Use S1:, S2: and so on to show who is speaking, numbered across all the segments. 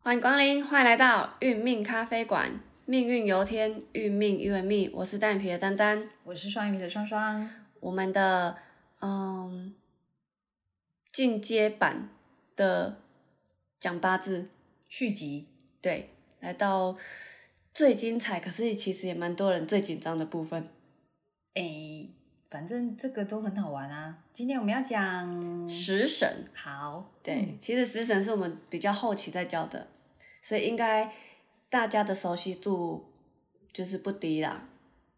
S1: 欢迎光临，欢迎来到运命咖啡馆。命运由天，运命由命。我是单眼皮的丹丹。
S2: 我是双鱼的双双，
S1: 我们的嗯进阶版的讲八字，
S2: 续集
S1: 对，来到最精彩，可是其实也蛮多人最紧张的部分。
S2: 诶，哎反正这个都很好玩啊。今天我们要讲
S1: 食神，
S2: 好，嗯
S1: 对，其实食神是我们比较后期在教的，所以应该大家的熟悉度就是不低啦。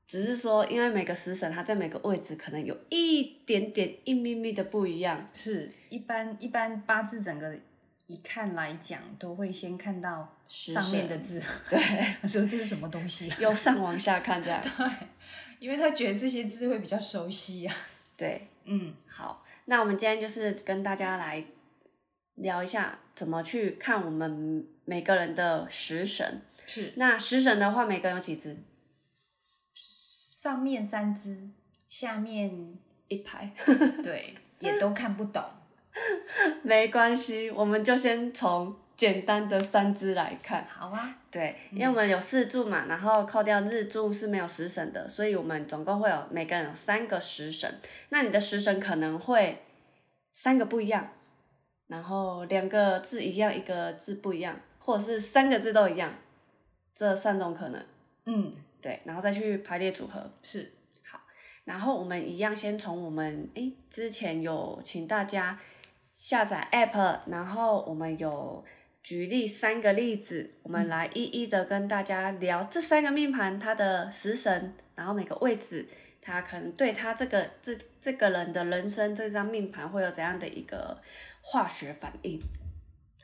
S1: 只是说，因为每个食神它在每个位置可能有一点点一咪咪的不一样，
S2: 是一般一般八字整个一看来讲，都会先看到
S1: 食
S2: 上面
S1: 神
S2: 的字，
S1: 对，
S2: 他 说这是什么东西啊？
S1: 由上往下看这样。
S2: 因为他觉得这些字会比较熟悉啊。
S1: 对，
S2: 嗯，
S1: 好，那我们今天就是跟大家来聊一下怎么去看我们每个人的食神。
S2: 是
S1: 那食神的话，每个人有几只？
S2: 上面三只，下面
S1: 一排。
S2: 对也都看不懂。
S1: 没关系，我们就先从简单的三支来看。
S2: 好啊，
S1: 对，因为我们有四柱嘛，然后扣掉日柱是没有食神的，所以我们总共会有每个人有三个食神。那你的食神可能会三个不一样，然后两个字一样，一个字不一样，或者是三个字都一样，这三种可能。
S2: 嗯，
S1: 对，然后再去排列组合。
S2: 是
S1: 然后我们一样先从我们诶之前有请大家下载 app，然后我们有举例三个例子，我们来一一的跟大家聊这三个命盘它的食神，然后每个位置它可能对他这个这这个人的人生这张命盘会有怎样的一个化学反应。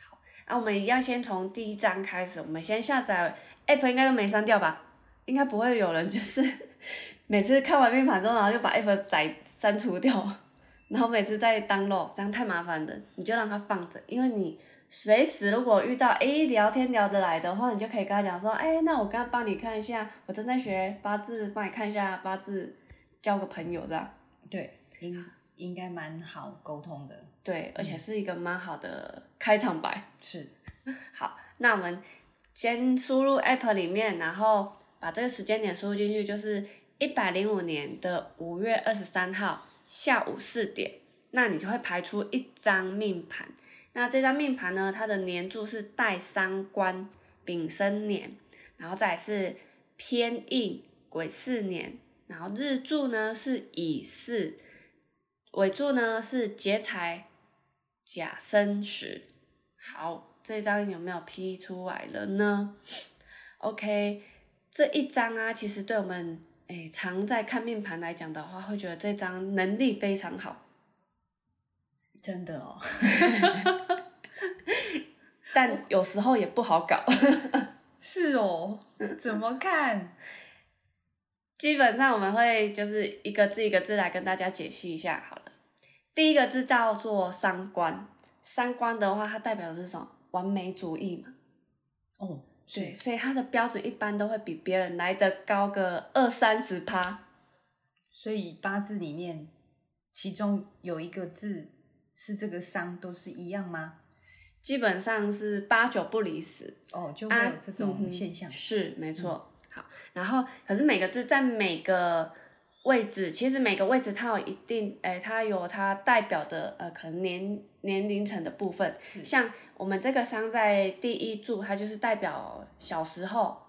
S1: 好，那、我们一样先从第一章开始，我们先下载 app 应该都没删掉吧？应该不会有人就是每次看完命盘之后，然后就把 app 载删除掉， 然后每次再 download，这样太麻烦了。你就让它放着，因为你随时如果遇到诶聊天聊得来的话，你就可以跟他讲说，哎、那我刚刚帮你看一下，我正在学八字，帮你看一下八字，交个朋友这样。
S2: 对，应应该蛮好沟通的。
S1: 对，而且是一个蛮好的开场白。
S2: 是
S1: 好，那我们先输入 App 里面，然后把这个时间点输入进去，就是一百零五年的五月二十三号下午四点，那你就会排出一张命盘。那这张命盘呢，它的年柱是带三官丙申年，然后再来是偏印癸巳年，然后日柱呢是乙巳，尾柱呢是劫财甲申时。好，这张有没有 P 出来了呢？OK，这一张啊，其实对我们诶常在看命盘来讲的话，会觉得这张能力非常好，
S2: 真的哦。
S1: 但有时候也不好搞。
S2: 是哦，怎么看？
S1: 基本上我们会就是一个字一个字来跟大家解析一下好了。第一个字叫做三观，三观的话，它代表的是什么？完美主义嘛。
S2: 哦，
S1: 对，，所以它的标准一般都会比别人来的高个二三十趴。
S2: 所以八字里面其中有一个字是这个伤都是一样吗？
S1: 基本上是八九不离十，
S2: 哦，就
S1: 啊
S2: 会有这
S1: 嗯哼
S2: 种现象。嗯
S1: 是没错。好，然后可是每个字在每个位置，其实每个位置它有一定，诶、它有它代表的呃，可能年年龄层的部分。
S2: 是
S1: 像我们这个伤在第一柱，它就是代表小时候。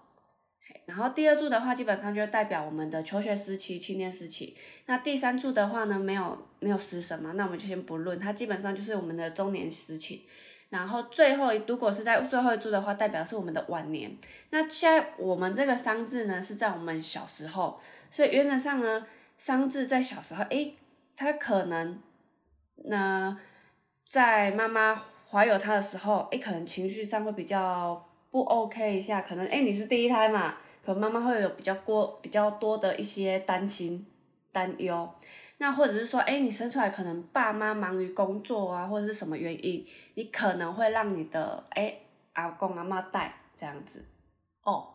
S1: 嘿然后第二柱的话，基本上就代表我们的求学时期、青年时期。那第三柱的话呢，没有没有食神嘛，那我们就先不论，它基本上就是我们的中年时期。然后最后，如果是在最后一柱的话，代表是我们的晚年。那现在我们这个伤字呢，是在我们小时候，所以原则上呢，伤字在小时候，诶，他可能呢，在妈妈怀有他的时候，诶，可能情绪上会比较不 OK 一下，可能诶，你是第一胎嘛，可能妈妈会有比较过比较多的一些担心、担忧。那或者是说，诶，你生出来可能爸妈忙于工作啊，或者是什么原因，你可能会让你的诶阿公阿妈带这样子。
S2: 哦，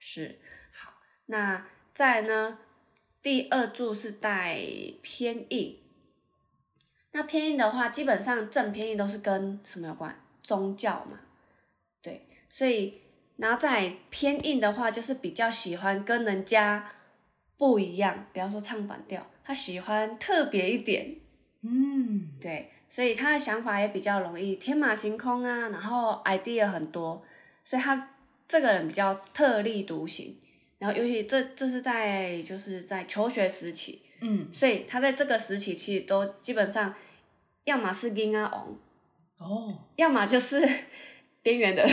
S1: 是，好，那再来呢？第二柱是带偏印，那偏印的话，基本上正偏印都是跟什么有关？宗教嘛，对，所以然后再来偏硬的话，就是比较喜欢跟人家不一样，不要说唱反调，他喜欢特别一点，
S2: 嗯，
S1: 对，所以他的想法也比较容易天马行空啊，然后 idea 很多，所以他这个人比较特立独行。然后，尤其这这是在就是在求学时期，
S2: 嗯，
S1: 所以他在这个时期其实都基本上，要么是硬啊昂，
S2: 哦，
S1: 要么就是 边缘的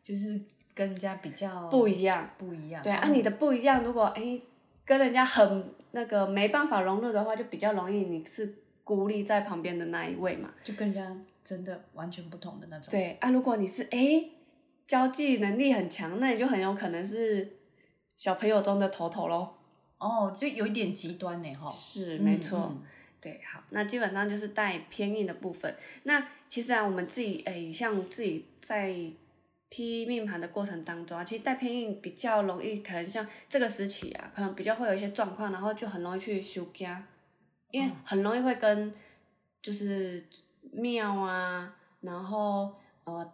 S2: 就是跟人家比较
S1: 不一样。
S2: 不一样。
S1: 对啊，
S2: 哦
S1: 你的不一样，如果哎跟人家很那个没办法融入的话，就比较容易你是孤立在旁边的那一位嘛。
S2: 就跟人家真的完全不同的那种。
S1: 对啊，如果你是诶交际能力很强，那你就很有可能是小朋友中的头头喽。
S2: 哦，就有一点极端呢，哈。
S1: 是，
S2: 嗯
S1: 没错。
S2: 嗯
S1: 对，好，那基本上就是带偏硬的部分。那其实啊，我们自己诶，像自己在批命盘的过程当中啊，其实带偏硬比较容易，可能像这个时期啊，可能比较会有一些状况，然后就很容易去修家，因为很容易会跟就是庙啊，然后呃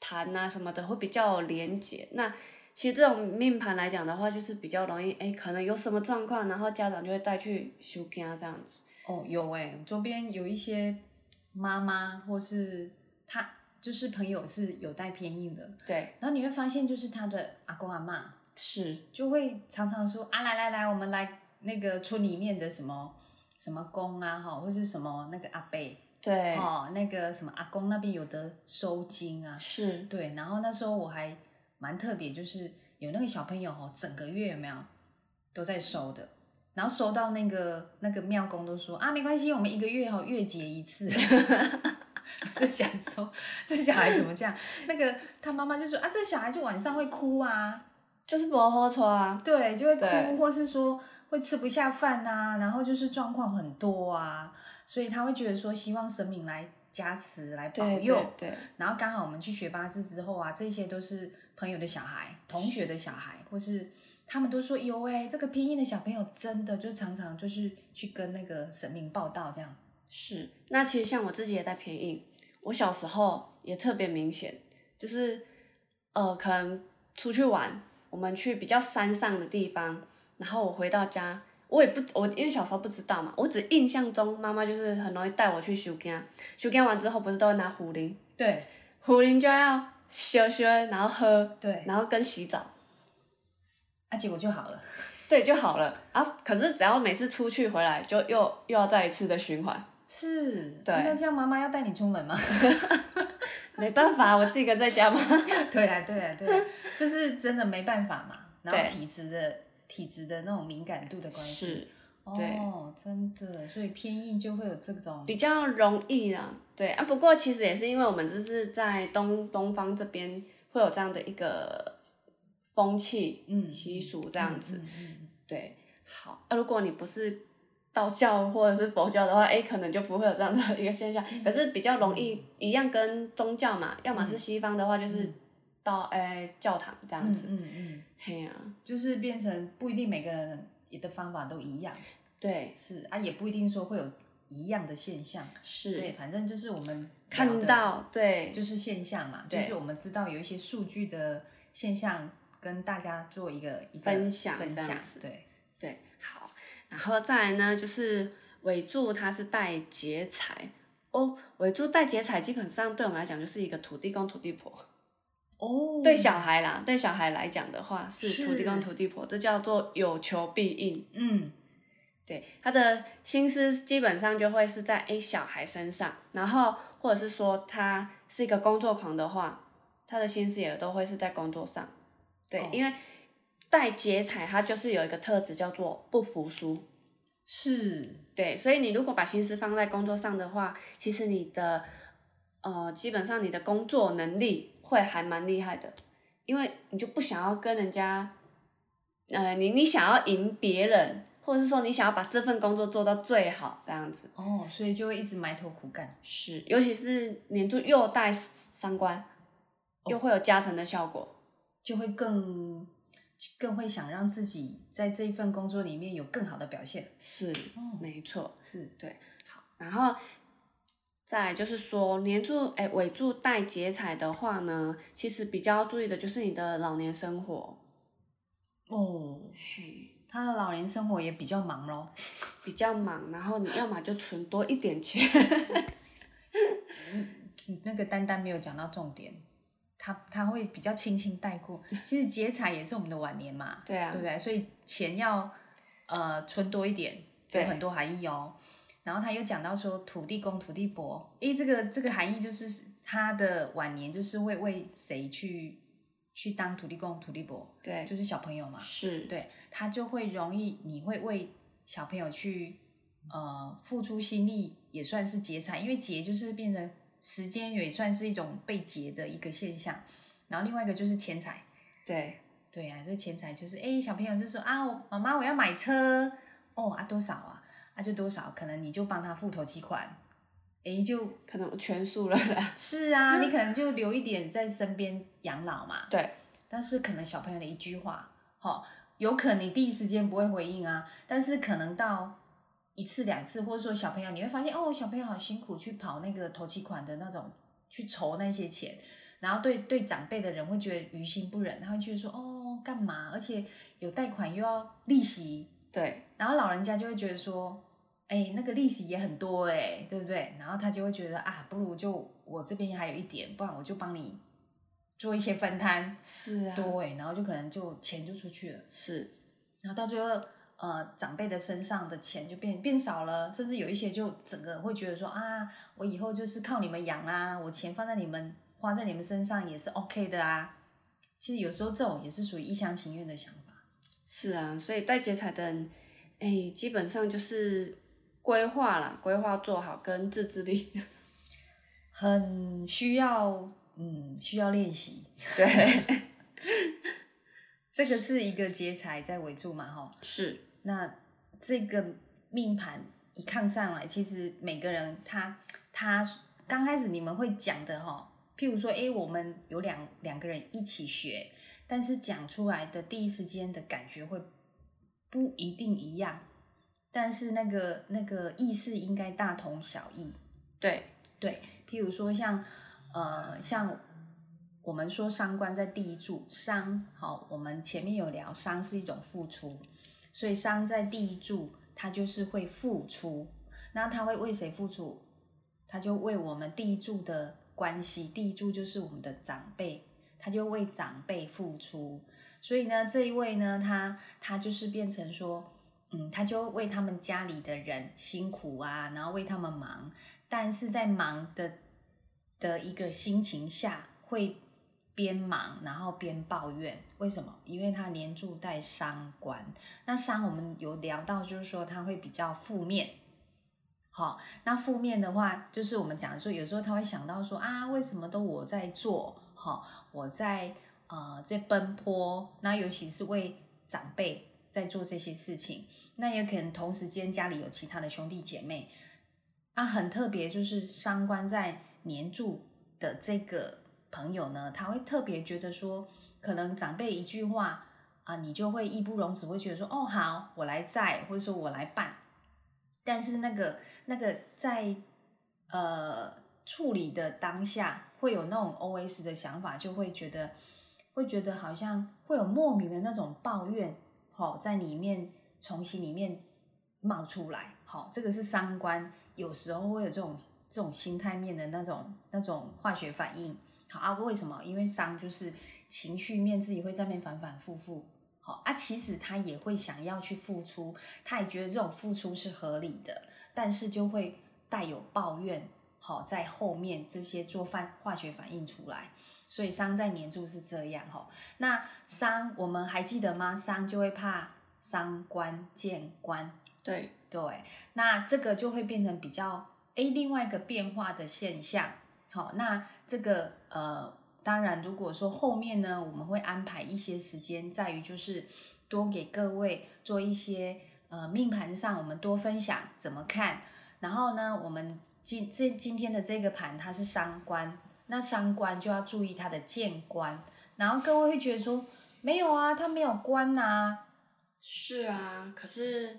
S1: 坛啊什么的会比较有连结。那其实这种命盘来讲的话，就是比较容易，哎，可能有什么状况，然后家长就会带去修家这样子。
S2: 哦，有哎，周边有一些妈妈或是她就是朋友是有带偏硬的，
S1: 对，
S2: 然后你会发现就是她的阿公阿妈
S1: 是，
S2: 就会常常说啊，来来来，我们来那个村里面的什么什么公啊，哈，或是什么那个阿伯，
S1: 对，
S2: 哦，那个什么阿公那边有的收金啊，
S1: 是，
S2: 对，然后那时候我还蛮特别，就是有那个小朋友哦，整个月有没有都在收的，然后收到那个那个庙公都说啊，没关系，我们一个月哦月结一次。 我就想说，这小孩怎么这样？那个他妈妈就说啊，这小孩就晚上会哭啊，
S1: 就是不好抽啊。
S2: 对，就会哭，
S1: 对
S2: 或是说会吃不下饭呐、然后就是状况很多啊，所以他会觉得说希望神明来加持来保
S1: 对
S2: 佑。
S1: 对对，
S2: 然后刚好我们去学八字之后啊，这些都是朋友的小孩、同学的小孩，或是他们都说有哎、这个偏硬的小朋友真的就常常就是去跟那个神明报道这样。
S1: 是。那其实像我自己也带偏硬，我小时候也特别明显，就是呃，可能出去玩，我们去比较山上的地方，然后我回到家，我也不我因为小时候不知道嘛，我只印象中妈妈就是很容易带我去修干，修干完之后不是都会拿壶铃，
S2: 对
S1: 壶铃就要修修，然后喝，
S2: 对，
S1: 然后跟洗澡。
S2: 啊，结果就好了。
S1: 对就好了啊！可是只要每次出去回来，就又又要再一次的循环，
S2: 是，啊
S1: 对
S2: 那这样妈妈要带你出门吗？
S1: 没办法，我自己一个人在家嘛。
S2: 对啦，对啦，啊对啦，就是真的没办法嘛。然后
S1: 对
S2: 体质的体质的那种敏感度的关系，
S1: 是对
S2: 哦，真的，所以偏硬就会有这种
S1: 比较容易啦，对啊。不过其实也是因为我们就是在东东方这边会有这样的一个风气、
S2: 嗯
S1: 习俗这样子，
S2: 嗯嗯嗯
S1: 对。好，啊，如果你不是道教或者是佛教的话，哎，可能就不会有这样的一个现象。可是比较容
S2: 嗯
S1: 易一样跟宗教嘛，要么是西方的话就是到哎教堂这样子，
S2: 嗯嗯嗯，
S1: 嘿呀、
S2: 就是变成不一定每个人的方法都一样，
S1: 对。
S2: 是啊，也不一定说会有一样的现象，
S1: 是
S2: 对，反正就是我们聊
S1: 看
S2: 的
S1: 到对
S2: 就是现象嘛，就
S1: 对
S2: 是我们知道有一些数据的现象，跟大家做一个一个
S1: 分享
S2: 分
S1: 这样
S2: 享，
S1: 子
S2: 对，
S1: 对好，然后再来呢就是尾柱它是带劫财哦，尾柱带劫财基本上对我们来讲就是一个土地公土地婆，
S2: 哦，
S1: 对小孩啦，对小孩来讲的话嗯是
S2: 是
S1: 土地公土地婆，这叫做有求必应。
S2: 嗯，
S1: 对，他的心思基本上就会是在诶小孩身上，然后或者是说他是一个工作狂的话，他的心思也都会是在工作上。对，
S2: 哦
S1: 因为带劫财，它就是有一个特质叫做不服输。
S2: 是，
S1: 对，所以你如果把心思放在工作上的话，其实你的呃，基本上你的工作能力会还蛮厉害的，因为你就不想要跟人家，呃，你你想要赢别人，或者是说你想要把这份工作做到最好这样子。
S2: 哦，所以就会一直埋头苦干，
S1: 是，尤其是年柱又带三观，又会有加成的效果。
S2: 就会更更会想让自己在这一份工作里面有更好的表现，
S1: 是，
S2: 哦
S1: 没错。
S2: 是
S1: 然后再来就是说年柱哎尾柱带劫财的话呢，其实比较要注意的就是你的老年生活，
S2: 哦，
S1: 嘿，
S2: 他的老年生活也比较忙咯。
S1: 比较忙，然后你要么就存多一点钱，
S2: 那个丹丹没有讲到重点，他他会比较轻轻带过。其实劫财也是我们的晚年嘛，
S1: 对啊
S2: 对不对？所以钱要呃存多一点，有
S1: 对
S2: 很多含义哦。然后他又讲到说土地公、土地伯，诶，这个这个含义就是他的晚年就是会为谁去去当土地公、土地伯，
S1: 对，
S2: 就是小朋友嘛，
S1: 是，
S2: 对他就会容易，你会为小朋友去呃付出心力，也算是劫财，因为劫就是变成时间也算是一种被劫的一个现象。然后另外一个就是钱财，
S1: 对，
S2: 对呀、啊，就是钱财就是哎、诶小朋友就说啊，我妈妈我要买车哦啊多少啊啊就多少，可能你就帮他付头期款，哎就
S1: 可能全数了啦，
S2: 是啊，你可能就留一点在身边养老嘛，
S1: 对，
S2: 但是可能小朋友的一句话，哦，有可能你第一时间不会回应啊，但是可能到一次两次，或者说小朋友你会发现，哦，小朋友好辛苦去跑那个投期款的那种，去筹那些钱，然后对对长辈的人会觉得于心不忍，他会觉得说，哦，干嘛？而且有贷款又要利息，
S1: 对，
S2: 然后老人家就会觉得说，哎，那个利息也很多哎、对不对？然后他就会觉得啊，不如就我这边还有一点，不然我就帮你做一些分摊。
S1: 是啊，
S2: 对，然后就可能就钱就出去了，
S1: 是，
S2: 然后到最后，呃，长辈的身上的钱就变变少了，甚至有一些就整个会觉得说啊，我以后就是靠你们养啦、我钱放在你们花在你们身上也是 OK 的啊。其实有时候这种也是属于一厢情愿的想法，
S1: 是啊，所以带劫财的人，哎、基本上就是规划啦，规划做好跟自制力，
S2: 很需要，嗯，需要练习。
S1: 对，
S2: 这个是一个劫财在围住嘛，哈，
S1: 是，
S2: 那这个命盘一看上来，其实每个人他他刚开始你们会讲的哈、譬如说，诶，我们有两两个人一起学，但是讲出来的第一时间的感觉会不一定一样，但是那个那个意思应该大同小异。
S1: 对，
S2: 对，譬如说像呃，像我们说伤官在第一柱，伤好，我们前面有聊，伤是一种付出，所以伤在第一柱，它就是会付出。那他会为谁付出？他就为我们第一柱的关系，第一柱就是我们的长辈，他就为长辈付出。所以呢，这一位呢，他他就是变成说，嗯，他就为他们家里的人辛苦啊，然后为他们忙，但是在忙的的一个心情下，会边忙然后边抱怨，为什么？因为他年柱带伤官，那伤我们有聊到，就是说他会比较负面。好，那负面的话，就是我们讲说，有时候他会想到说啊，为什么都我在做？好，我在呃在奔波，那尤其是为长辈在做这些事情，那也可能同时间家里有其他的兄弟姐妹，啊，很特别，就是伤官在年柱的这个朋友呢，他会特别觉得说，可能长辈一句话啊，你就会义不容辞，会觉得说，哦，好，我来载，或者说我来办。但是那个那个在呃处理的当下，会有那种 OS 的想法，就会觉得会觉得好像会有莫名的那种抱怨，好、在里面从心里面冒出来。好、这个是三观，有时候会有这种这种心态面的那种那种化学反应。好啊，为什么？因为伤就是情绪面自己会在那边反反复复。好啊，其实他也会想要去付出，他也觉得这种付出是合理的，但是就会带有抱怨。好，在后面这些做饭化学反应出来，所以伤在年柱是这样哈。那伤我们还记得吗？伤就会怕伤官见官，
S1: 对，
S2: 对，那这个就会变成比较诶另外一个变化的现象。好，那这个呃，当然如果说后面呢，我们会安排一些时间，在于就是多给各位做一些呃命盘上我们多分享怎么看，然后呢，我们今这今天的这个盘它是伤官，那伤官就要注意它的见官，然后各位会觉得说没有啊，它没有官呐、
S1: 是啊，可是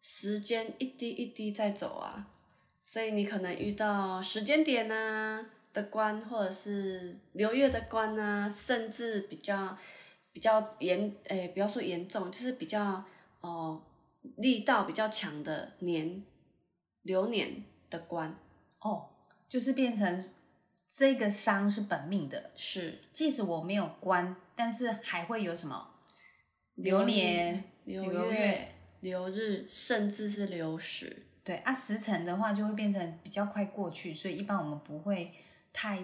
S1: 时间一滴一滴在走啊，所以你可能遇到时间点呐、的关，或者是流月的关呐、甚至比较比较严，诶、不要说严重，就是比较哦、力道比较强的年流年的关
S2: 哦，就是变成这个伤是本命的，
S1: 是
S2: 即使我没有关，但是还会有什么流年、
S1: 流
S2: 流
S1: 月、流日，甚至是流时。
S2: 对啊，时辰的话就会变成比较快过去，所以一般我们不会太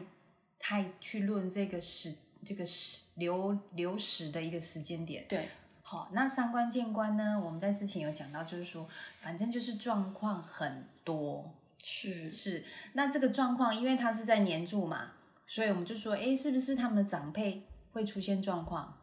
S2: 太去论这个时这个时流流时的一个时间点。
S1: 对，
S2: 好，那三观见观呢？我们在之前有讲到，就是说，反正就是状况很多。
S1: 是
S2: 是，那这个状况，因为它是在年柱嘛，所以我们就说，诶，是不是他们的长辈会出现状况？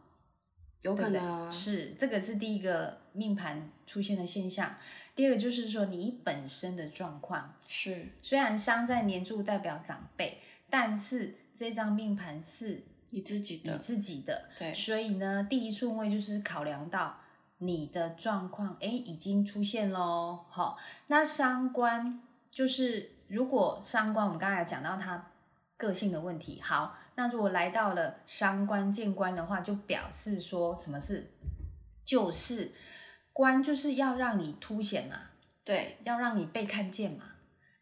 S1: 有可
S2: 对
S1: 能
S2: 不对
S1: 啊。
S2: 是这个是第一个命盘出现的现象。第二个就是说，你本身的状况，
S1: 是
S2: 虽然伤在年柱代表长辈，但是这张命盘是
S1: 你自己
S2: 你
S1: 的，
S2: 自己的，
S1: 对，
S2: 所以呢，第一顺位就是考量到你的状况，哎，已经出现喽。好，那伤官就是如果伤官，我们刚才有讲到他个性的问题。好，那如果来到了伤官见官的话，就表示说什么事？就是官就是要让你凸显嘛，
S1: 对，
S2: 要让你被看见嘛。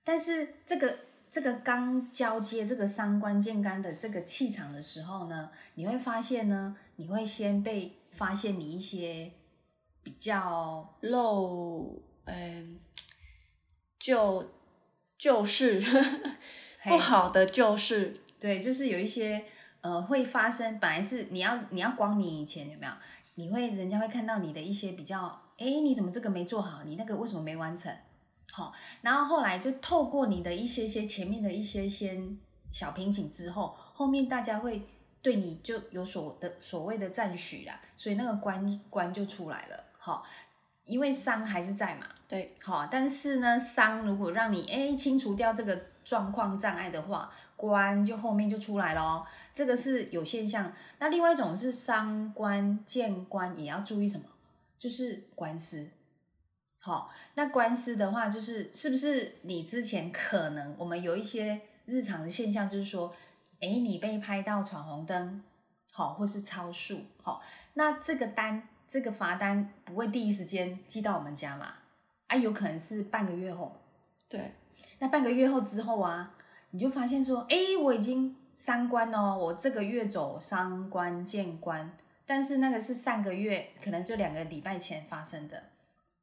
S2: 但是这个这个刚交接这个三观见干的这个气场的时候呢，你会发现呢，你会先被发现你一些比较
S1: 漏，嗯、就就是 不好的就是
S2: 对，就是有一些呃会发生，本来是你要你要光明以前有没有？你会人家会看到你的一些比较，诶，你怎么这个没做好？你那个为什么没完成？好，然后后来就透过你的一些些前面的一些些小瓶颈之后，后面大家会对你就有所的所谓的赞许啦，所以那个关关就出来了。好，因为伤还是在嘛，
S1: 对，
S2: 好，但是呢，伤如果让你哎清除掉这个状况障碍的话，官就后面就出来咯。这个是有现象。那另外一种是伤官见官，也要注意什么？就是官司。好，那官司的话，就是是不是你之前可能我们有一些日常的现象，就是说，哎，你被拍到闯红灯，好，或是超速，好，那这个单这个罚单不会第一时间寄到我们家嘛？啊，有可能是半个月后。
S1: 对，
S2: 那半个月后之后啊，你就发现说，诶，我已经三关哦，我这个月走三关见关，但是那个是上个月，可能就两个礼拜前发生的，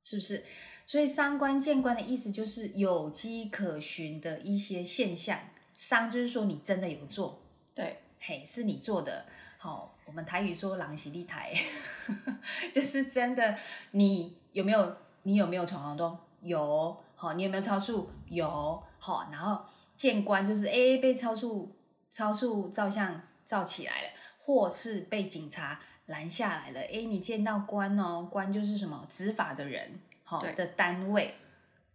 S2: 是不是？所以三关见关的意思就是有迹可循的一些现象，伤就是说你真的有做，
S1: 对，
S2: 嘿，是你做的。好，我们台语说“狼袭立台”， 就是真的。你有没有？你有没有闯红灯？有。好，你有没有超速？有。好，然后见官就是哎、诶被超速、超速照相照起来了，或是被警察拦下来了。哎、你见到官哦，官就是什么执法的人，好
S1: 对
S2: 的单位，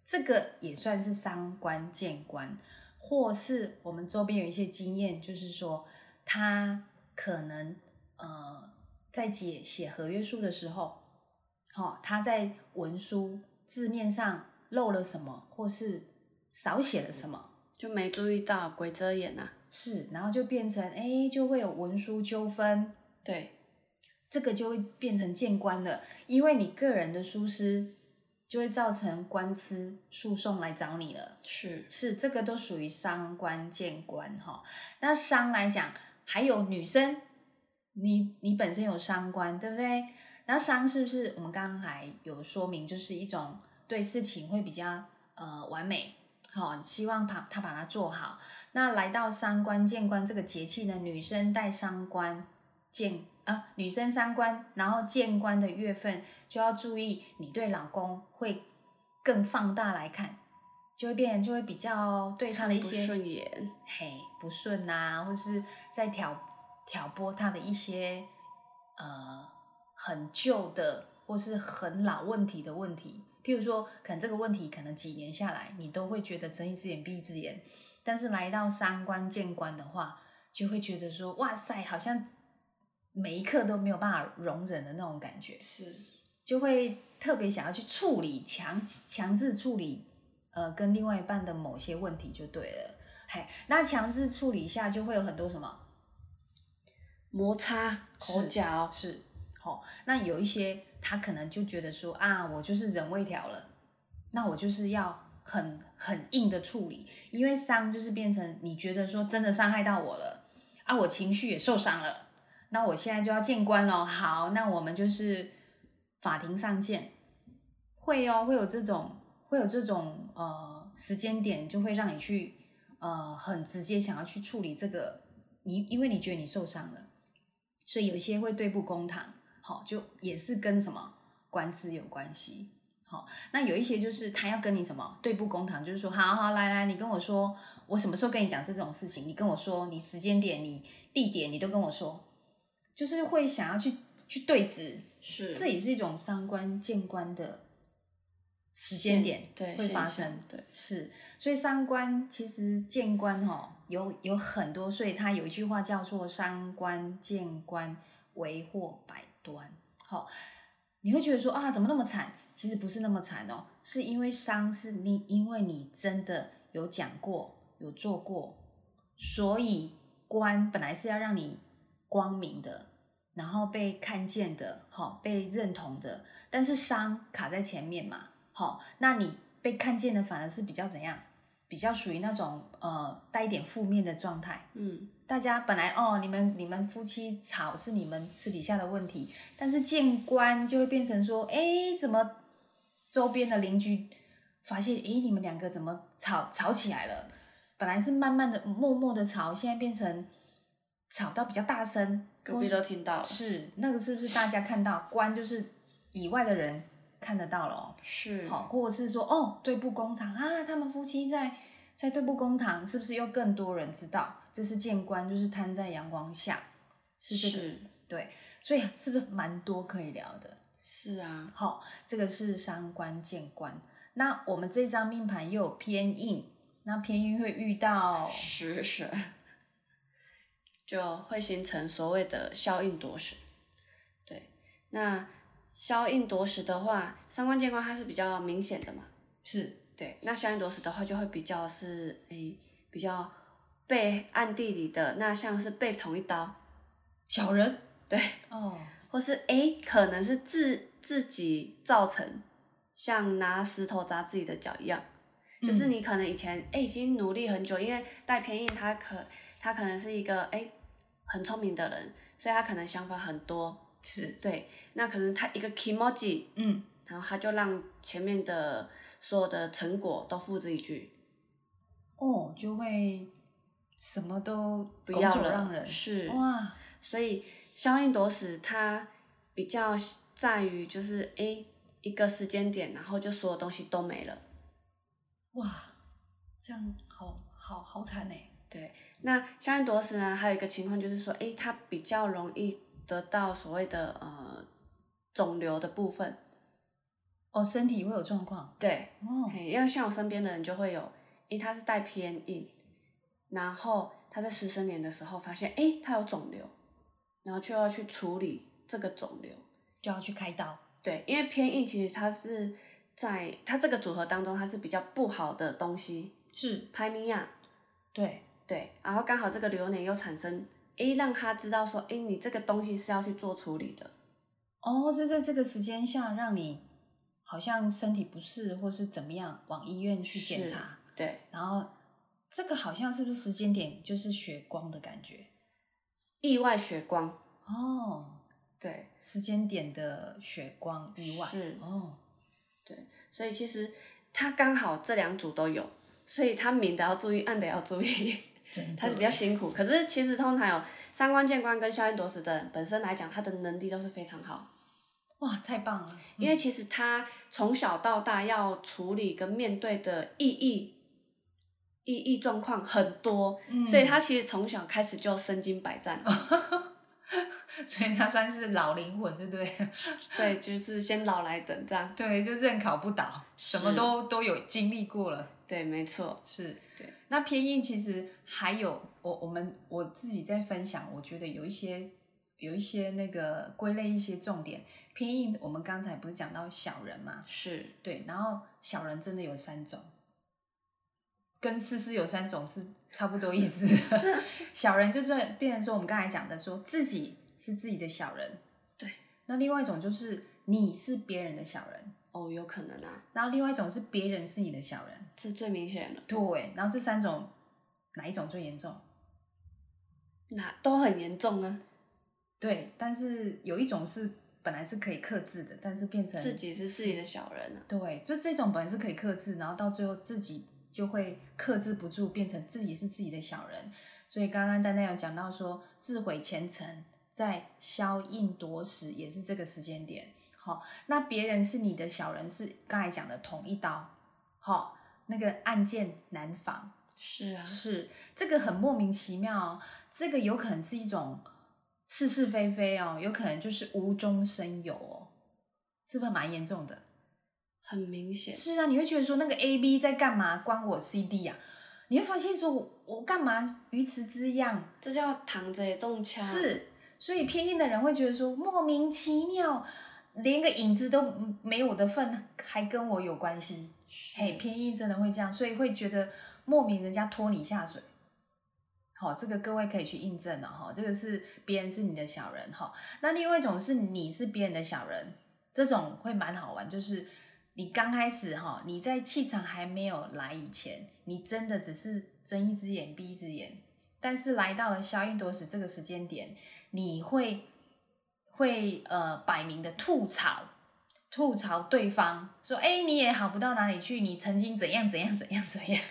S2: 这个也算是伤官见官。或是我们周边有一些经验，就是说他可能呃在解写合约书的时候，好、他在文书字面上漏了什么，或是少写了什么，
S1: 就没注意到鬼遮眼呐、啊，
S2: 是，然后就变成哎就会有文书纠纷，
S1: 对，
S2: 这个就会变成见官了，因为你个人的疏失就会造成官司诉讼来找你了。
S1: 是
S2: 是这个都属于伤官见官哈。那伤来讲，还有女生，你你本身有伤官，对不对？那伤是不是我们刚才有说明，就是一种对事情会比较呃完美，好、希望把他把它做好。那来到伤官见官这个节气呢，女生带伤官见啊、女生伤官，然后见官的月份就要注意，你对老公会更放大来看，就会变就会比较对他的一
S1: 不
S2: 些
S1: 顺眼，
S2: 嘿不顺呐、或是在挑挑拨他的一些呃很旧的或是很老问题的问题。譬如说，可能这个问题可能几年下来，你都会觉得睁一只眼闭一只眼，但是来到三观见官的话，就会觉得说，哇塞，好像每一刻都没有办法容忍的那种感觉。
S1: 是
S2: 就会特别想要去处理强强制处理呃跟另外一半的某些问题就对了。嘿，那强制处理下就会有很多什么
S1: 摩擦、口角，
S2: 是，好、那有一些他可能就觉得说啊，我就是人未调了，那我就是要很很硬的处理，因为伤就是变成你觉得说真的伤害到我了啊，我情绪也受伤了，那我现在就要见官了。好，那我们就是法庭上见，会哦，会有这种会有这种呃时间点，就会让你去呃很直接想要去处理这个，你因为你觉得你受伤了。所以有一些会对簿公堂，好、就也是跟什么官司有关系。好、那有一些就是他要跟你什么对簿公堂，就是说，好好来来，你跟我说，我什么时候跟你讲这种事情？你跟我说，你时间点、你地点，你都跟我说，就是会想要去去对质，
S1: 是
S2: 这也是一种伤官见官的时间点
S1: 对
S2: 会发
S1: 现象
S2: 生，
S1: 对，
S2: 是，所以伤官其实见官哈、有有很多，所以它有一句话叫做“伤官见官，为祸百端”好、你会觉得说啊，怎么那么惨？其实不是那么惨哦，是因为伤是你，因为你真的有讲过，有做过，所以官本来是要让你光明的，然后被看见的，好、被认同的，但是伤卡在前面嘛，好、那你被看见的反而是比较怎样？比较属于那种呃带一点负面的状态。
S1: 嗯，
S2: 大家本来哦，你们你们夫妻吵是你们私底下的问题，但是见官就会变成说，哎，怎么周边的邻居发现，哎，你们两个怎么吵吵起来了？本来是慢慢的、默默的吵，现在变成吵到比较大声，
S1: 隔壁都听到了，
S2: 是那个是不是大家看到官就是以外的人看得到了、哦？
S1: 是，
S2: 好，或者是说哦，对簿公堂啊，他们夫妻在在对簿公堂，是不是又更多人知道？这是见官，就是摊在阳光下，是这个，
S1: 是
S2: 所以是不是蛮多可以聊的？
S1: 是啊，
S2: 好，这个是伤官见官。那我们这张命盘又有偏印，那偏印会遇到
S1: 食神就会形成所谓的消印夺食。对，那消印夺食的话，三观见光它是比较明显的嘛。
S2: 是
S1: 对，那消印夺食的话就会比较是诶、比较被暗地里的，那像是被捅一刀，
S2: 小人
S1: 对，
S2: 哦，
S1: 或是诶、可能是自自己造成，像拿石头砸自己的脚一样。就是
S2: 嗯
S1: 你可能以前哎、已经努力很久，因为戴偏印他可他可能是一个哎、很聪明的人，所以他可能想法很多，
S2: 是
S1: 对，那可能他一个 emoji，
S2: 嗯，
S1: 然后他就让前面的所有的成果都付之一炬，
S2: 哦，就会什么都
S1: 不
S2: 拱
S1: 要
S2: 手
S1: 了
S2: 让人
S1: 是
S2: 哇，
S1: 所以消印夺食它比较在于就是哎、一个时间点，然后就所有东西都没了。
S2: 哇，这样好好好惨呢。
S1: 对，那消印夺食呢，还有一个情况就是说，诶，它比较容易得到所谓的呃肿瘤的部分。
S2: 哦，身体会有状况
S1: 对，
S2: 哦，
S1: 嘿因为像我身边的人就会有，诶，他是带偏硬，然后他在十生年的时候发现，诶，他有肿瘤，然后就要去处理这个肿瘤。
S2: 就要去开刀。
S1: 对，因为偏硬其实它是在它这个组合当中，它是比较不好的东西，
S2: 是，
S1: 排名亚。
S2: 对，
S1: 对，然后刚好这个流年又产生，诶，让他知道说，诶，你这个东西是要去做处理的，
S2: 哦，就在这个时间下，让你好像身体不适或是怎么样，往医院去检
S1: 是
S2: 查，
S1: 对，
S2: 然后这个好像是不是时间点就是血光的感觉？
S1: 意外血光，
S2: 哦，
S1: 对，
S2: 时间点的血光意外，
S1: 是
S2: 哦，
S1: 所以其实他刚好这两组都有，所以他明的要注意，暗的要注意，
S2: 真的，
S1: 他是比较辛苦。可是其实通常有三观见光跟消炎夺食的人，本身来讲他的能力都是非常好，
S2: 哇，太棒了，
S1: 因为其实他从小到大要处理跟面对的意义。意义状况很多，
S2: 嗯
S1: 所以他其实从小开始就身经百战。
S2: 所以他算是老灵魂，对不对？
S1: 对，就是先老来等这样。
S2: 对，就认考不倒，什么
S1: 是
S2: 都都有经历过了。
S1: 对，没错，
S2: 是
S1: 对。
S2: 那偏硬其实还有我我们我自己在分享，我觉得有一些有一些那个归类一些重点偏硬，我们刚才不是讲到小人嘛？
S1: 是
S2: 对，然后小人真的有三种，跟四四有三种是差不多 意思。小人就是变成说我们刚才讲的说，自己是自己的小人，
S1: 对。
S2: 那另外一种就是你是别人的小人，
S1: 哦，有可能啊，
S2: 然后另外一种是别人是你的小人，
S1: 这最明显了，
S2: 对。然后这三种哪一种最严重？
S1: 那都很严重呢，
S2: 对，但是有一种是本来是可以克制的，但是变成
S1: 自己是自己的小人啊，
S2: 对，就这种本来是可以克制，然后到最后自己就会克制不住，变成自己是自己的小人。所以刚刚丹丹有讲到说，自毁前程，在消印夺食也是这个时间点。好、那别人是你的小人，是刚才讲的捅一刀。好、那个案件难防。
S1: 是啊，
S2: 是这个很莫名其妙、哦，这个有可能是一种是是非非哦，有可能就是无中生有哦，是不是蛮严重的？
S1: 很明显，
S2: 是啊，你会觉得说那个 A B 在干嘛，关我 C D 啊？你会发现说我我干嘛鱼池之殃？
S1: 这叫躺着也中枪，
S2: 是，所以偏硬的人会觉得说莫名其妙，连个影子都没有的份，还跟我有关系。嘿，
S1: 是，
S2: 偏硬真的会这样，所以会觉得莫名人家拖你下水。好、这个各位可以去印证了哈、这个是别人是你的小人哈、那另外一种是你是别人的小人，这种会蛮好玩，就是你刚开始哈、你在气场还没有来以前，你真的只是睁一只眼闭一只眼，但是来到了消印夺食这个时间点，你会会呃摆明的吐槽吐槽对方，说：“哎、你也好不到哪里去，你曾经怎样怎样怎样怎样。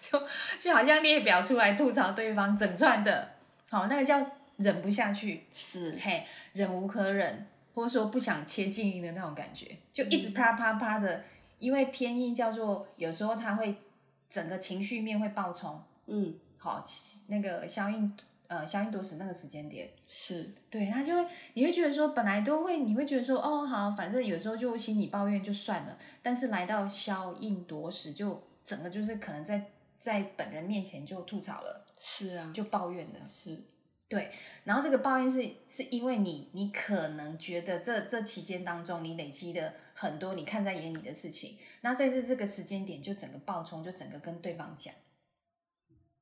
S2: 就就好像列表出来吐槽对方，整串的，好，那个叫忍不下去，
S1: 是，
S2: 嘿，忍无可忍，或者说不想切静音的那种感觉，就一直啪啪啪的，因为偏硬叫做有时候他会整个情绪面会爆冲，
S1: 嗯，
S2: 好，那个消应呃消应夺食那个时间点。
S1: 是，
S2: 对他就会，你会觉得说，本来都会，你会觉得说，哦，好，反正有时候就心里抱怨就算了，但是来到消应夺食，就整个就是可能在在本人面前就吐槽了，
S1: 是啊，
S2: 就抱怨了。
S1: 是，
S2: 对，然后这个抱怨是是因为你，你可能觉得这这期间当中你累积的很多你看在眼里的事情，那在这这个时间点就整个爆冲，就整个跟对方讲。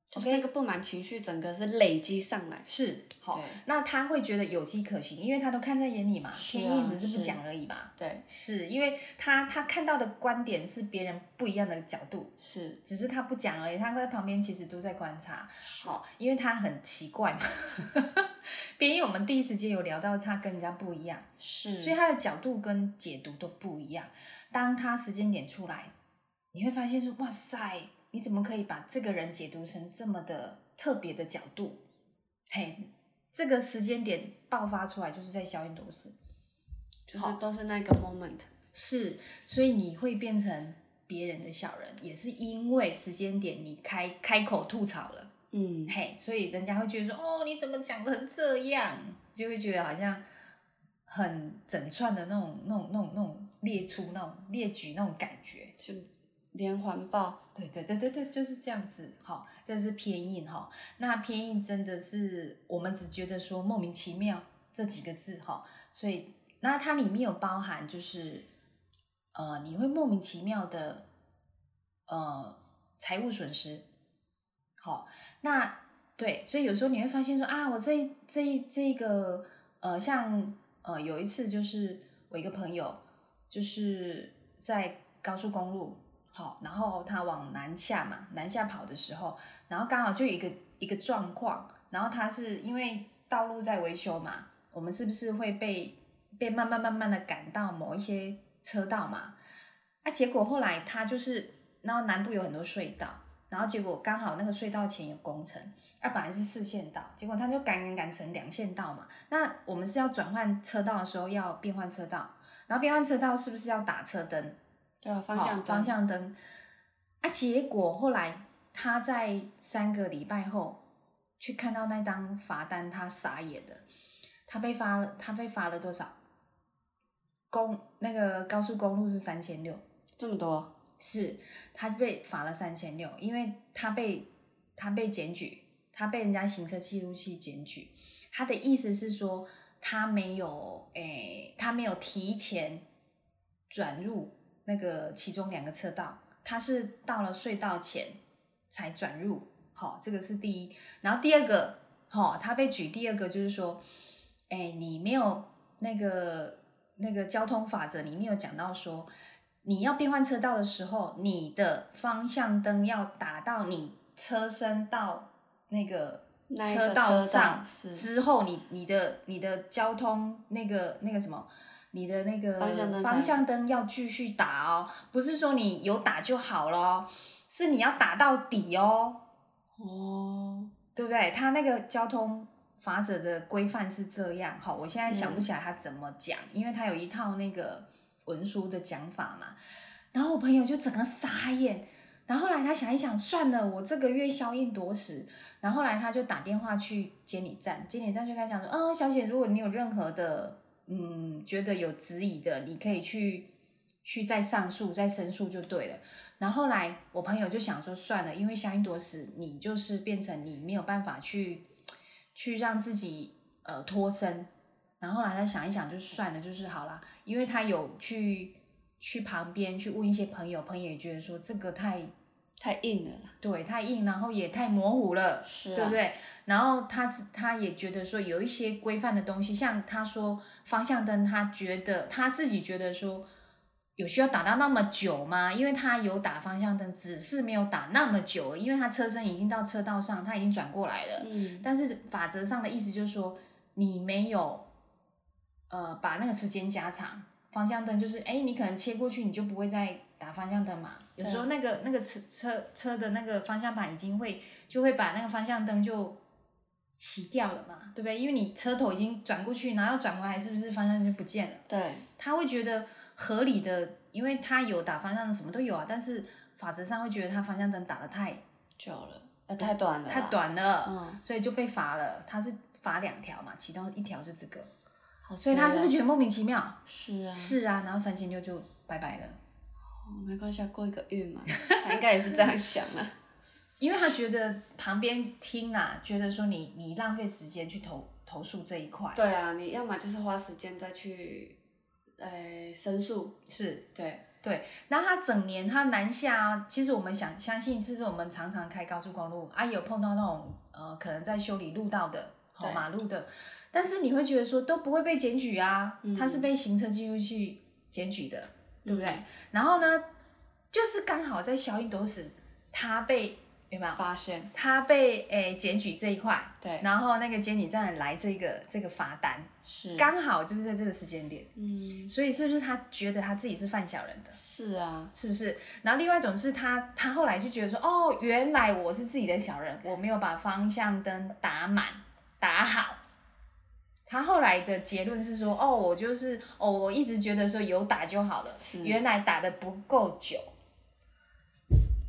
S1: 就是那个不满情绪整个是累积上来，
S2: 是，好
S1: 对，
S2: 那他会觉得有机可循，因为他都看在眼里嘛，
S1: 是啊
S2: 天意只是不
S1: 是
S2: 讲而已嘛。
S1: 对，
S2: 是因为他他看到的观点是别人不一样的角度，
S1: 是，
S2: 只是他不讲而已，他在旁边其实都在观察。
S1: 是
S2: 好，因为他很奇怪嘛， 别人我们第一时间有聊到他跟人家不一样，
S1: 是，
S2: 所以他的角度跟解读都不一样。当他时间点出来，你会发现说，哇塞，你怎么可以把这个人解读成这么的特别的角度？嘿，这个时间点爆发出来，就是在消音夺食。
S1: 就是都是那个 moment，
S2: 是，所以你会变成别人的小人，也是因为时间点你开开口吐槽了，
S1: 嗯，
S2: 嘿，所以人家会觉得说，哦，你怎么讲成这样，就会觉得好像很整串的那种、那种、那种、那种列出那种列举那种感觉。
S1: 就连环爆，
S2: 对对对对对，就是这样子。好、这是偏硬哈、那偏硬真的是我们只觉得说莫名其妙这几个字哈、所以那它里面有包含就是呃，你会莫名其妙的呃财务损失。好、那对，所以有时候你会发现说啊，我这一这一这个呃，像呃有一次就是我一个朋友就是在高速公路。好，然后他往南下嘛，南下跑的时候，然后刚好就有一个一个状况，然后他是因为道路在维修嘛，我们是不是会被被慢慢慢慢的赶到某一些车道嘛？啊，结果后来他就是，然后南部有很多隧道，然后结果刚好那个隧道前有工程，啊，本来是四线道，结果他就赶赶赶成两线道嘛。那我们是要转换车道的时候要变换车道，然后变换车道是不是要打车灯？
S1: 对啊，方
S2: 好
S1: 向
S2: 方
S1: 灯，
S2: 向灯。啊，结果后来他在三个礼拜后去看到那张罚单，他傻眼了。他被罚了，他被罚了多少？公那个高速公路是三千六，
S1: 这么多，
S2: 是他被罚了三千六，因为他被他被检举，他被人家行车记录器检举。他的意思是说，他没有诶、他没有提前转入那个其中两个车道，它是到了隧道前才转入，好、这个是第一。然后第二个，好、他被举第二个就是说，哎，你没有那个那个交通法则里面有讲到说，你要变换车道的时候，你的方向灯要打到你车身到那个
S1: 那一个
S2: 车道上
S1: 是
S2: 之后你，你的你的交通那个那个什么，你的那个
S1: 方向灯才
S2: 方向灯要继续打哦，不是说你有打就好了哦，是你要打到底哦，
S1: 哦，
S2: 对不对？他那个交通法则的规范是这样，好，我现在
S1: 是
S2: 想不起来他怎么讲，因为他有一套那个文书的讲法嘛。然后我朋友就整个傻眼，然后后来他想一想，算了，我这个月消印夺食。然后后来他就打电话去监理站，监理站就跟他讲说，哦，小姐，如果你有任何的，嗯，觉得有质疑的，你可以去去再上诉、再申诉就对了。然后后来我朋友就想说，算了，因为消印夺食，你就是变成你没有办法去去让自己呃脱身。然后后来他想一想，就算了，就是好啦，因为他有去去旁边去问一些朋友，朋友也觉得说这个太
S1: 太硬了啦，
S2: 对太硬，然后也太模糊了，
S1: 是
S2: 对
S1: 啊
S2: 不，对？然后他自他也觉得说有一些规范的东西，像他说方向灯，他觉得他自己觉得说有需要打到那么久吗？因为他有打方向灯，只是没有打那么久，因为他车身已经到车道上，他已经转过来了。
S1: 嗯，
S2: 但是法则上的意思就是说，你没有呃把那个时间加长，方向灯就是哎、诶你可能切过去，你就不会再打方向灯嘛。有时候那个那个车车车的那个方向盘已经会就会把那个方向灯就熄掉了嘛，对不对？因为你车头已经转过去，然后要转回来，是不是方向灯就不见了？
S1: 对，
S2: 他会觉得合理的，因为他有打方向灯，什么都有啊，但是法则上会觉得他方向灯打的太
S1: 久了，呃，太短了，
S2: 太，短了，
S1: 嗯
S2: 所以就被罚了。他是罚两条嘛，其中一条是这个，
S1: 好
S2: 所以他是不是
S1: 绝
S2: 觉得莫名其妙？
S1: 啊是啊，
S2: 是啊，然后三千六就拜拜了，
S1: 哦没关系，啊，过一个月 嘛，他应该也是这样想啊。
S2: 因为他觉得旁边听啦、觉得说你你浪费时间去投投诉这一块，
S1: 对啊，你要么就是花时间再去，呃，申诉，
S2: 是
S1: 对，
S2: 对，然后他整年他南下啊，其实我们想相信是不是我们常常开高速公路啊，有碰到那种呃可能在修理路道的、好
S1: 对
S2: 马路的，但是你会觉得说都不会被检举啊，
S1: 嗯
S2: 他是被行车记录器检举的，对不对？然后呢，就是刚好在小印斗时，他被有没有？
S1: 发现，
S2: 他被诶检举这一块，
S1: 对，
S2: 然后那个监理站来这个这个罚单，
S1: 是，
S2: 刚好就是在这个时间点，
S1: 嗯，
S2: 所以是不是他觉得他自己是犯小人的？
S1: 是啊，
S2: 是不是？然后另外一种是他，他后来就觉得说，哦，原来我是自己的小人，我没有把方向灯打满打好。他后来的结论是说，哦，我就是，哦，我一直觉得说有打就好了，
S1: 是
S2: 原来打的不够久。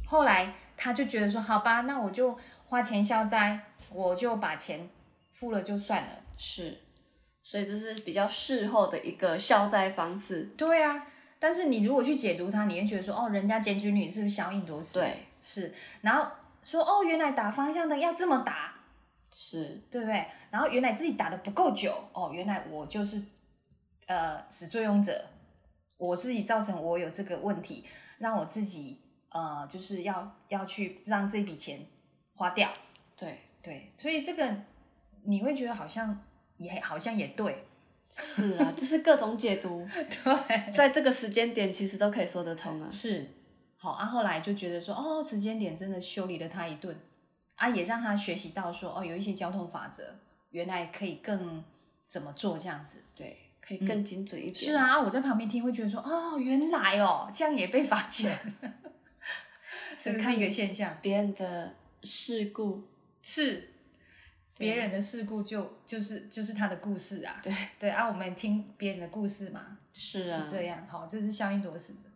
S2: 后来他就觉得说，好吧，那我就花钱消灾，我就把钱付了就算了。
S1: 是，所以这是比较事后的一个消灾方式，
S2: 对啊，但是你如果去解读它，你会觉得说，哦，人家检举你是不是小印夺食？
S1: 对，
S2: 是，然后说哦，原来打方向灯要这么打，
S1: 是，
S2: 对不对？然后原来自己打的不够久，哦，原来我就是呃始作俑者，我自己造成我有这个问题，让我自己呃就是要要去让这笔钱花掉，
S1: 对，
S2: 对，所以这个你会觉得好像也好像也对，
S1: 是啊，就是各种解读，
S2: 对，
S1: 在这个时间点其实都可以说得通啊。
S2: 是，好啊，后来就觉得说，哦，时间点真的修理了他一顿，啊，也让他学习到说，哦，有一些交通法则，原来可以更怎么做这样子。
S1: 对，嗯可以更精准一点。
S2: 是，啊，啊我在旁边听会觉得说，哦，原来哦，这样也被罚钱， 所以看一个现象
S1: 别人的事故，
S2: 是。别人的事故就就是就是他的故事啊，
S1: 对，
S2: 对啊，我们听别人的故事嘛，
S1: 是啊，
S2: 是这样，好，这是效应夺食的。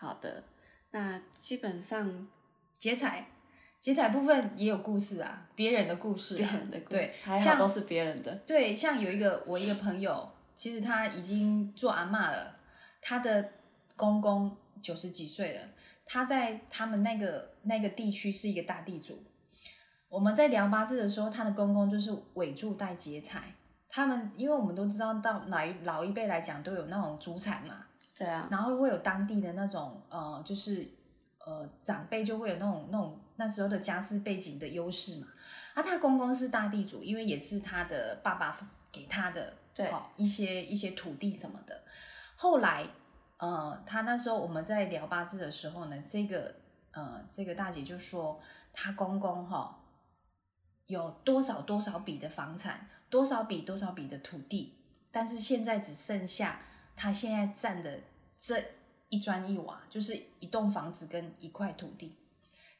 S1: 好的，那基本上
S2: 劫财，劫财部分也有故事啊，别人的故事、啊，
S1: 别人的故事，
S2: 对，
S1: 还好
S2: 像
S1: 都是别人的，
S2: 对，像有一个我一个朋友，其实他已经做阿嬷了，他的公公九十几岁了，他在他们那个那个地区是一个大地主。我们在聊八字的时候，他的公公就是尾柱带劫财。他们因为我们都知道，到老一老一辈来讲都有那种祖产嘛，
S1: 对啊，
S2: 然后会有当地的那种呃，就是呃长辈就会有那种那种那时候的家世背景的优势嘛。啊，他公公是大地主，因为也是他的爸爸给他的，
S1: 对
S2: 好、一些一些土地什么的。后来，呃，他那时候我们在聊八字的时候呢，这个呃这个大姐就说，她公公哈、有多少多少笔的房产，多少笔多少笔的土地，但是现在只剩下他现在占的这一砖一瓦，就是一栋房子跟一块土地。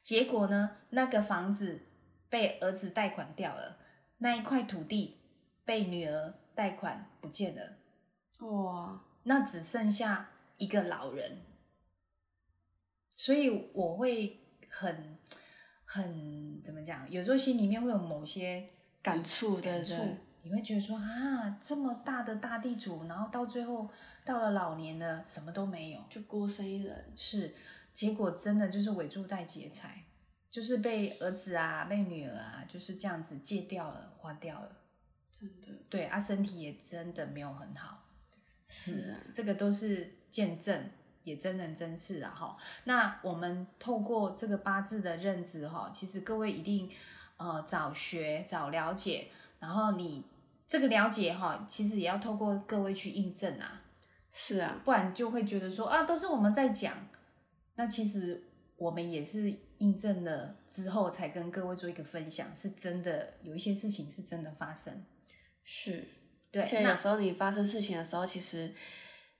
S2: 结果呢，那个房子被儿子贷款掉了，那一块土地被女儿贷款不见了，
S1: 哇，
S2: 那只剩下一个老人，所以我会很很怎么讲？有时候心里面会有某些
S1: 感触，对
S2: 感
S1: 不
S2: 触
S1: 对？，
S2: 你会觉得说啊，这么大的大地主，然后到最后到了老年了，什么都没有，
S1: 就孤身一人，
S2: 是结果真的就是尾柱带劫财，就是被儿子啊、被女儿啊，就是这样子借掉了、花掉了。
S1: 真的
S2: 对啊，身体也真的没有很好。
S1: 是啊，
S2: 这个都是见证，也真人真事啊哈。那我们透过这个八字的认知哈，其实各位一定呃早学早了解，然后你这个了解哈，其实也要透过各位去印证啊，
S1: 是啊，
S2: 不然就会觉得说啊都是我们在讲，那其实我们也是印证了之后才跟各位做一个分享，是真的有一些事情是真的发生。
S1: 是。
S2: 对
S1: 而，且
S2: 那
S1: 有时候你发生事情的时候，其实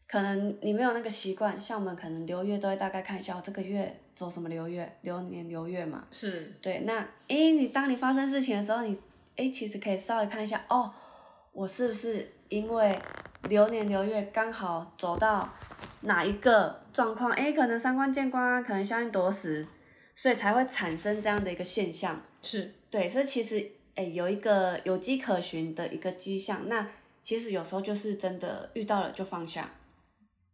S1: 可能你没有那个习惯，像我们可能流月都会大概看一下，哦，这个月走什么流月，流年流月嘛。
S2: 是
S1: 对，那诶，你当你发生事情的时候，你诶其实可以稍微看一下，哦，我是不是因为流年流月刚好走到哪一个状况？诶，可能三观见光啊，可能相应夺食，所以才会产生这样的一个现象。
S2: 是
S1: 对，所以其实诶有一个有迹可循的一个迹象。那其实有时候就是真的遇到了就放下，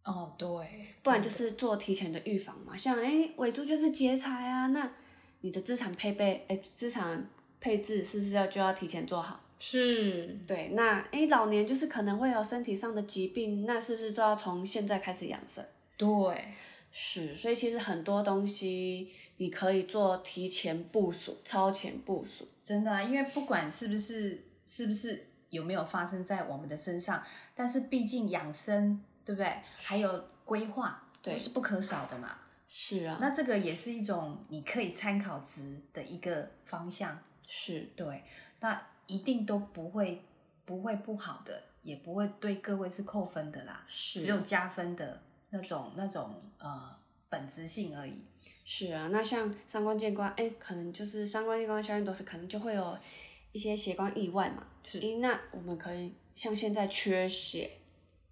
S2: 哦，对，
S1: 不然就是做提前的预防嘛。像诶尾柱就是劫财啊，那你的资产配备诶资产配置是不是要就要提前做好？
S2: 是
S1: 对，那诶老年就是可能会有身体上的疾病，那是不是就要从现在开始养生？
S2: 对，
S1: 是，所以其实很多东西你可以做提前部署、超前部署。
S2: 真的啊、因为不管是不是是不是有没有发生在我们的身上，但是毕竟养生，对不对？还有规划，
S1: 对
S2: 都是不可少的嘛。
S1: 是啊，
S2: 那这个也是一种你可以参考值的一个方向，
S1: 是
S2: 对，那一定都不会不会不好的，也不会对各位是扣分的啦，
S1: 是，
S2: 只有加分的那种那种呃本质性而已。
S1: 是啊，那像三观见光，哎，可能就是三观见光、消运都是可能就会有一些血光意外嘛。
S2: 是
S1: 诶那我们可以像现在缺血，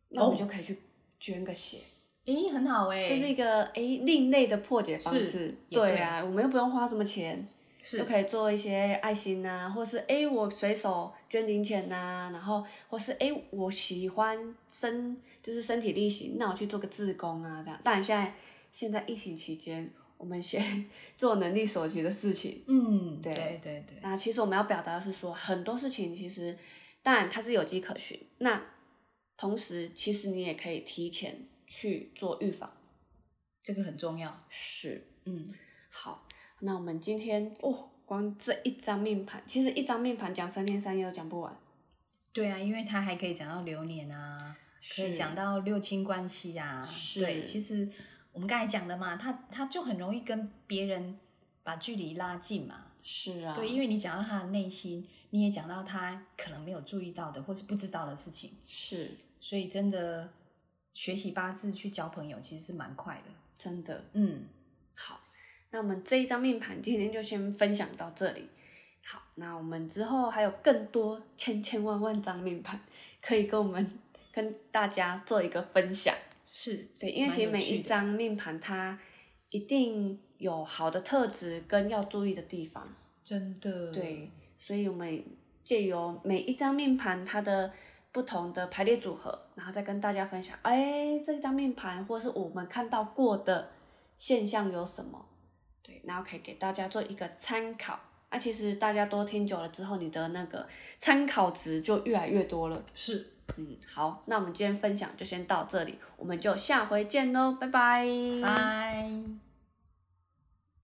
S1: 那我们就可以去捐个血，
S2: 诶，很好诶，
S1: 这是一个哎另类的破解方
S2: 是
S1: 式。
S2: 也
S1: 对啊，我们又不用花什么钱，就是可以做一些爱心呐、或是哎我随手捐零钱呐、然后或是哎我喜欢身就是身体力行，那我去做个志工啊这样。当然现在现在疫情期间，我们先 做能力所及的事情。
S2: 嗯，
S1: 对
S2: 对对对，
S1: 那其实我们要表达的是说，很多事情其实当然它是有迹可循，那同时其实你也可以提前去做预防。
S2: 这个很重要。
S1: 是，
S2: 嗯，
S1: 好，那我们今天哦，光这一张命盘，其实一张命盘讲三天三夜都讲不完。
S2: 对啊，因为它还可以讲到流年啊，可以
S1: 是
S2: 讲到六亲关系啊。
S1: 是
S2: 对，其实我们刚才讲的嘛，它它就很容易跟别人把距离拉近嘛。
S1: 是啊，
S2: 对，因为你讲到他的内心，你也讲到他可能没有注意到的或是不知道的事情，
S1: 是
S2: 所以真的学习八字去交朋友其实是蛮快的。
S1: 真的
S2: 嗯，
S1: 好。那我们这一张命盘今天就先分享到这里。好，那我们之后还有更多千千万万张命盘可以跟我们跟大家做一个分享。
S2: 是
S1: 对，因为
S2: 蛮
S1: 其实
S2: 有
S1: 每
S2: 趣
S1: 一
S2: 的
S1: 张命盘它一定有好的特质跟要注意的地方。
S2: 真的
S1: 对，所以我们借由每一张命盘它的不同的排列组合，然后再跟大家分享，哎，这张命盘或是我们看到过的现象有什么？对，然后可以给大家做一个参考。那、其实大家多听久了之后，你的那个参考值就越来越多了。
S2: 是。
S1: 嗯，好，那我们今天分享就先到这里，我们就下回见喽，拜拜。
S2: 拜。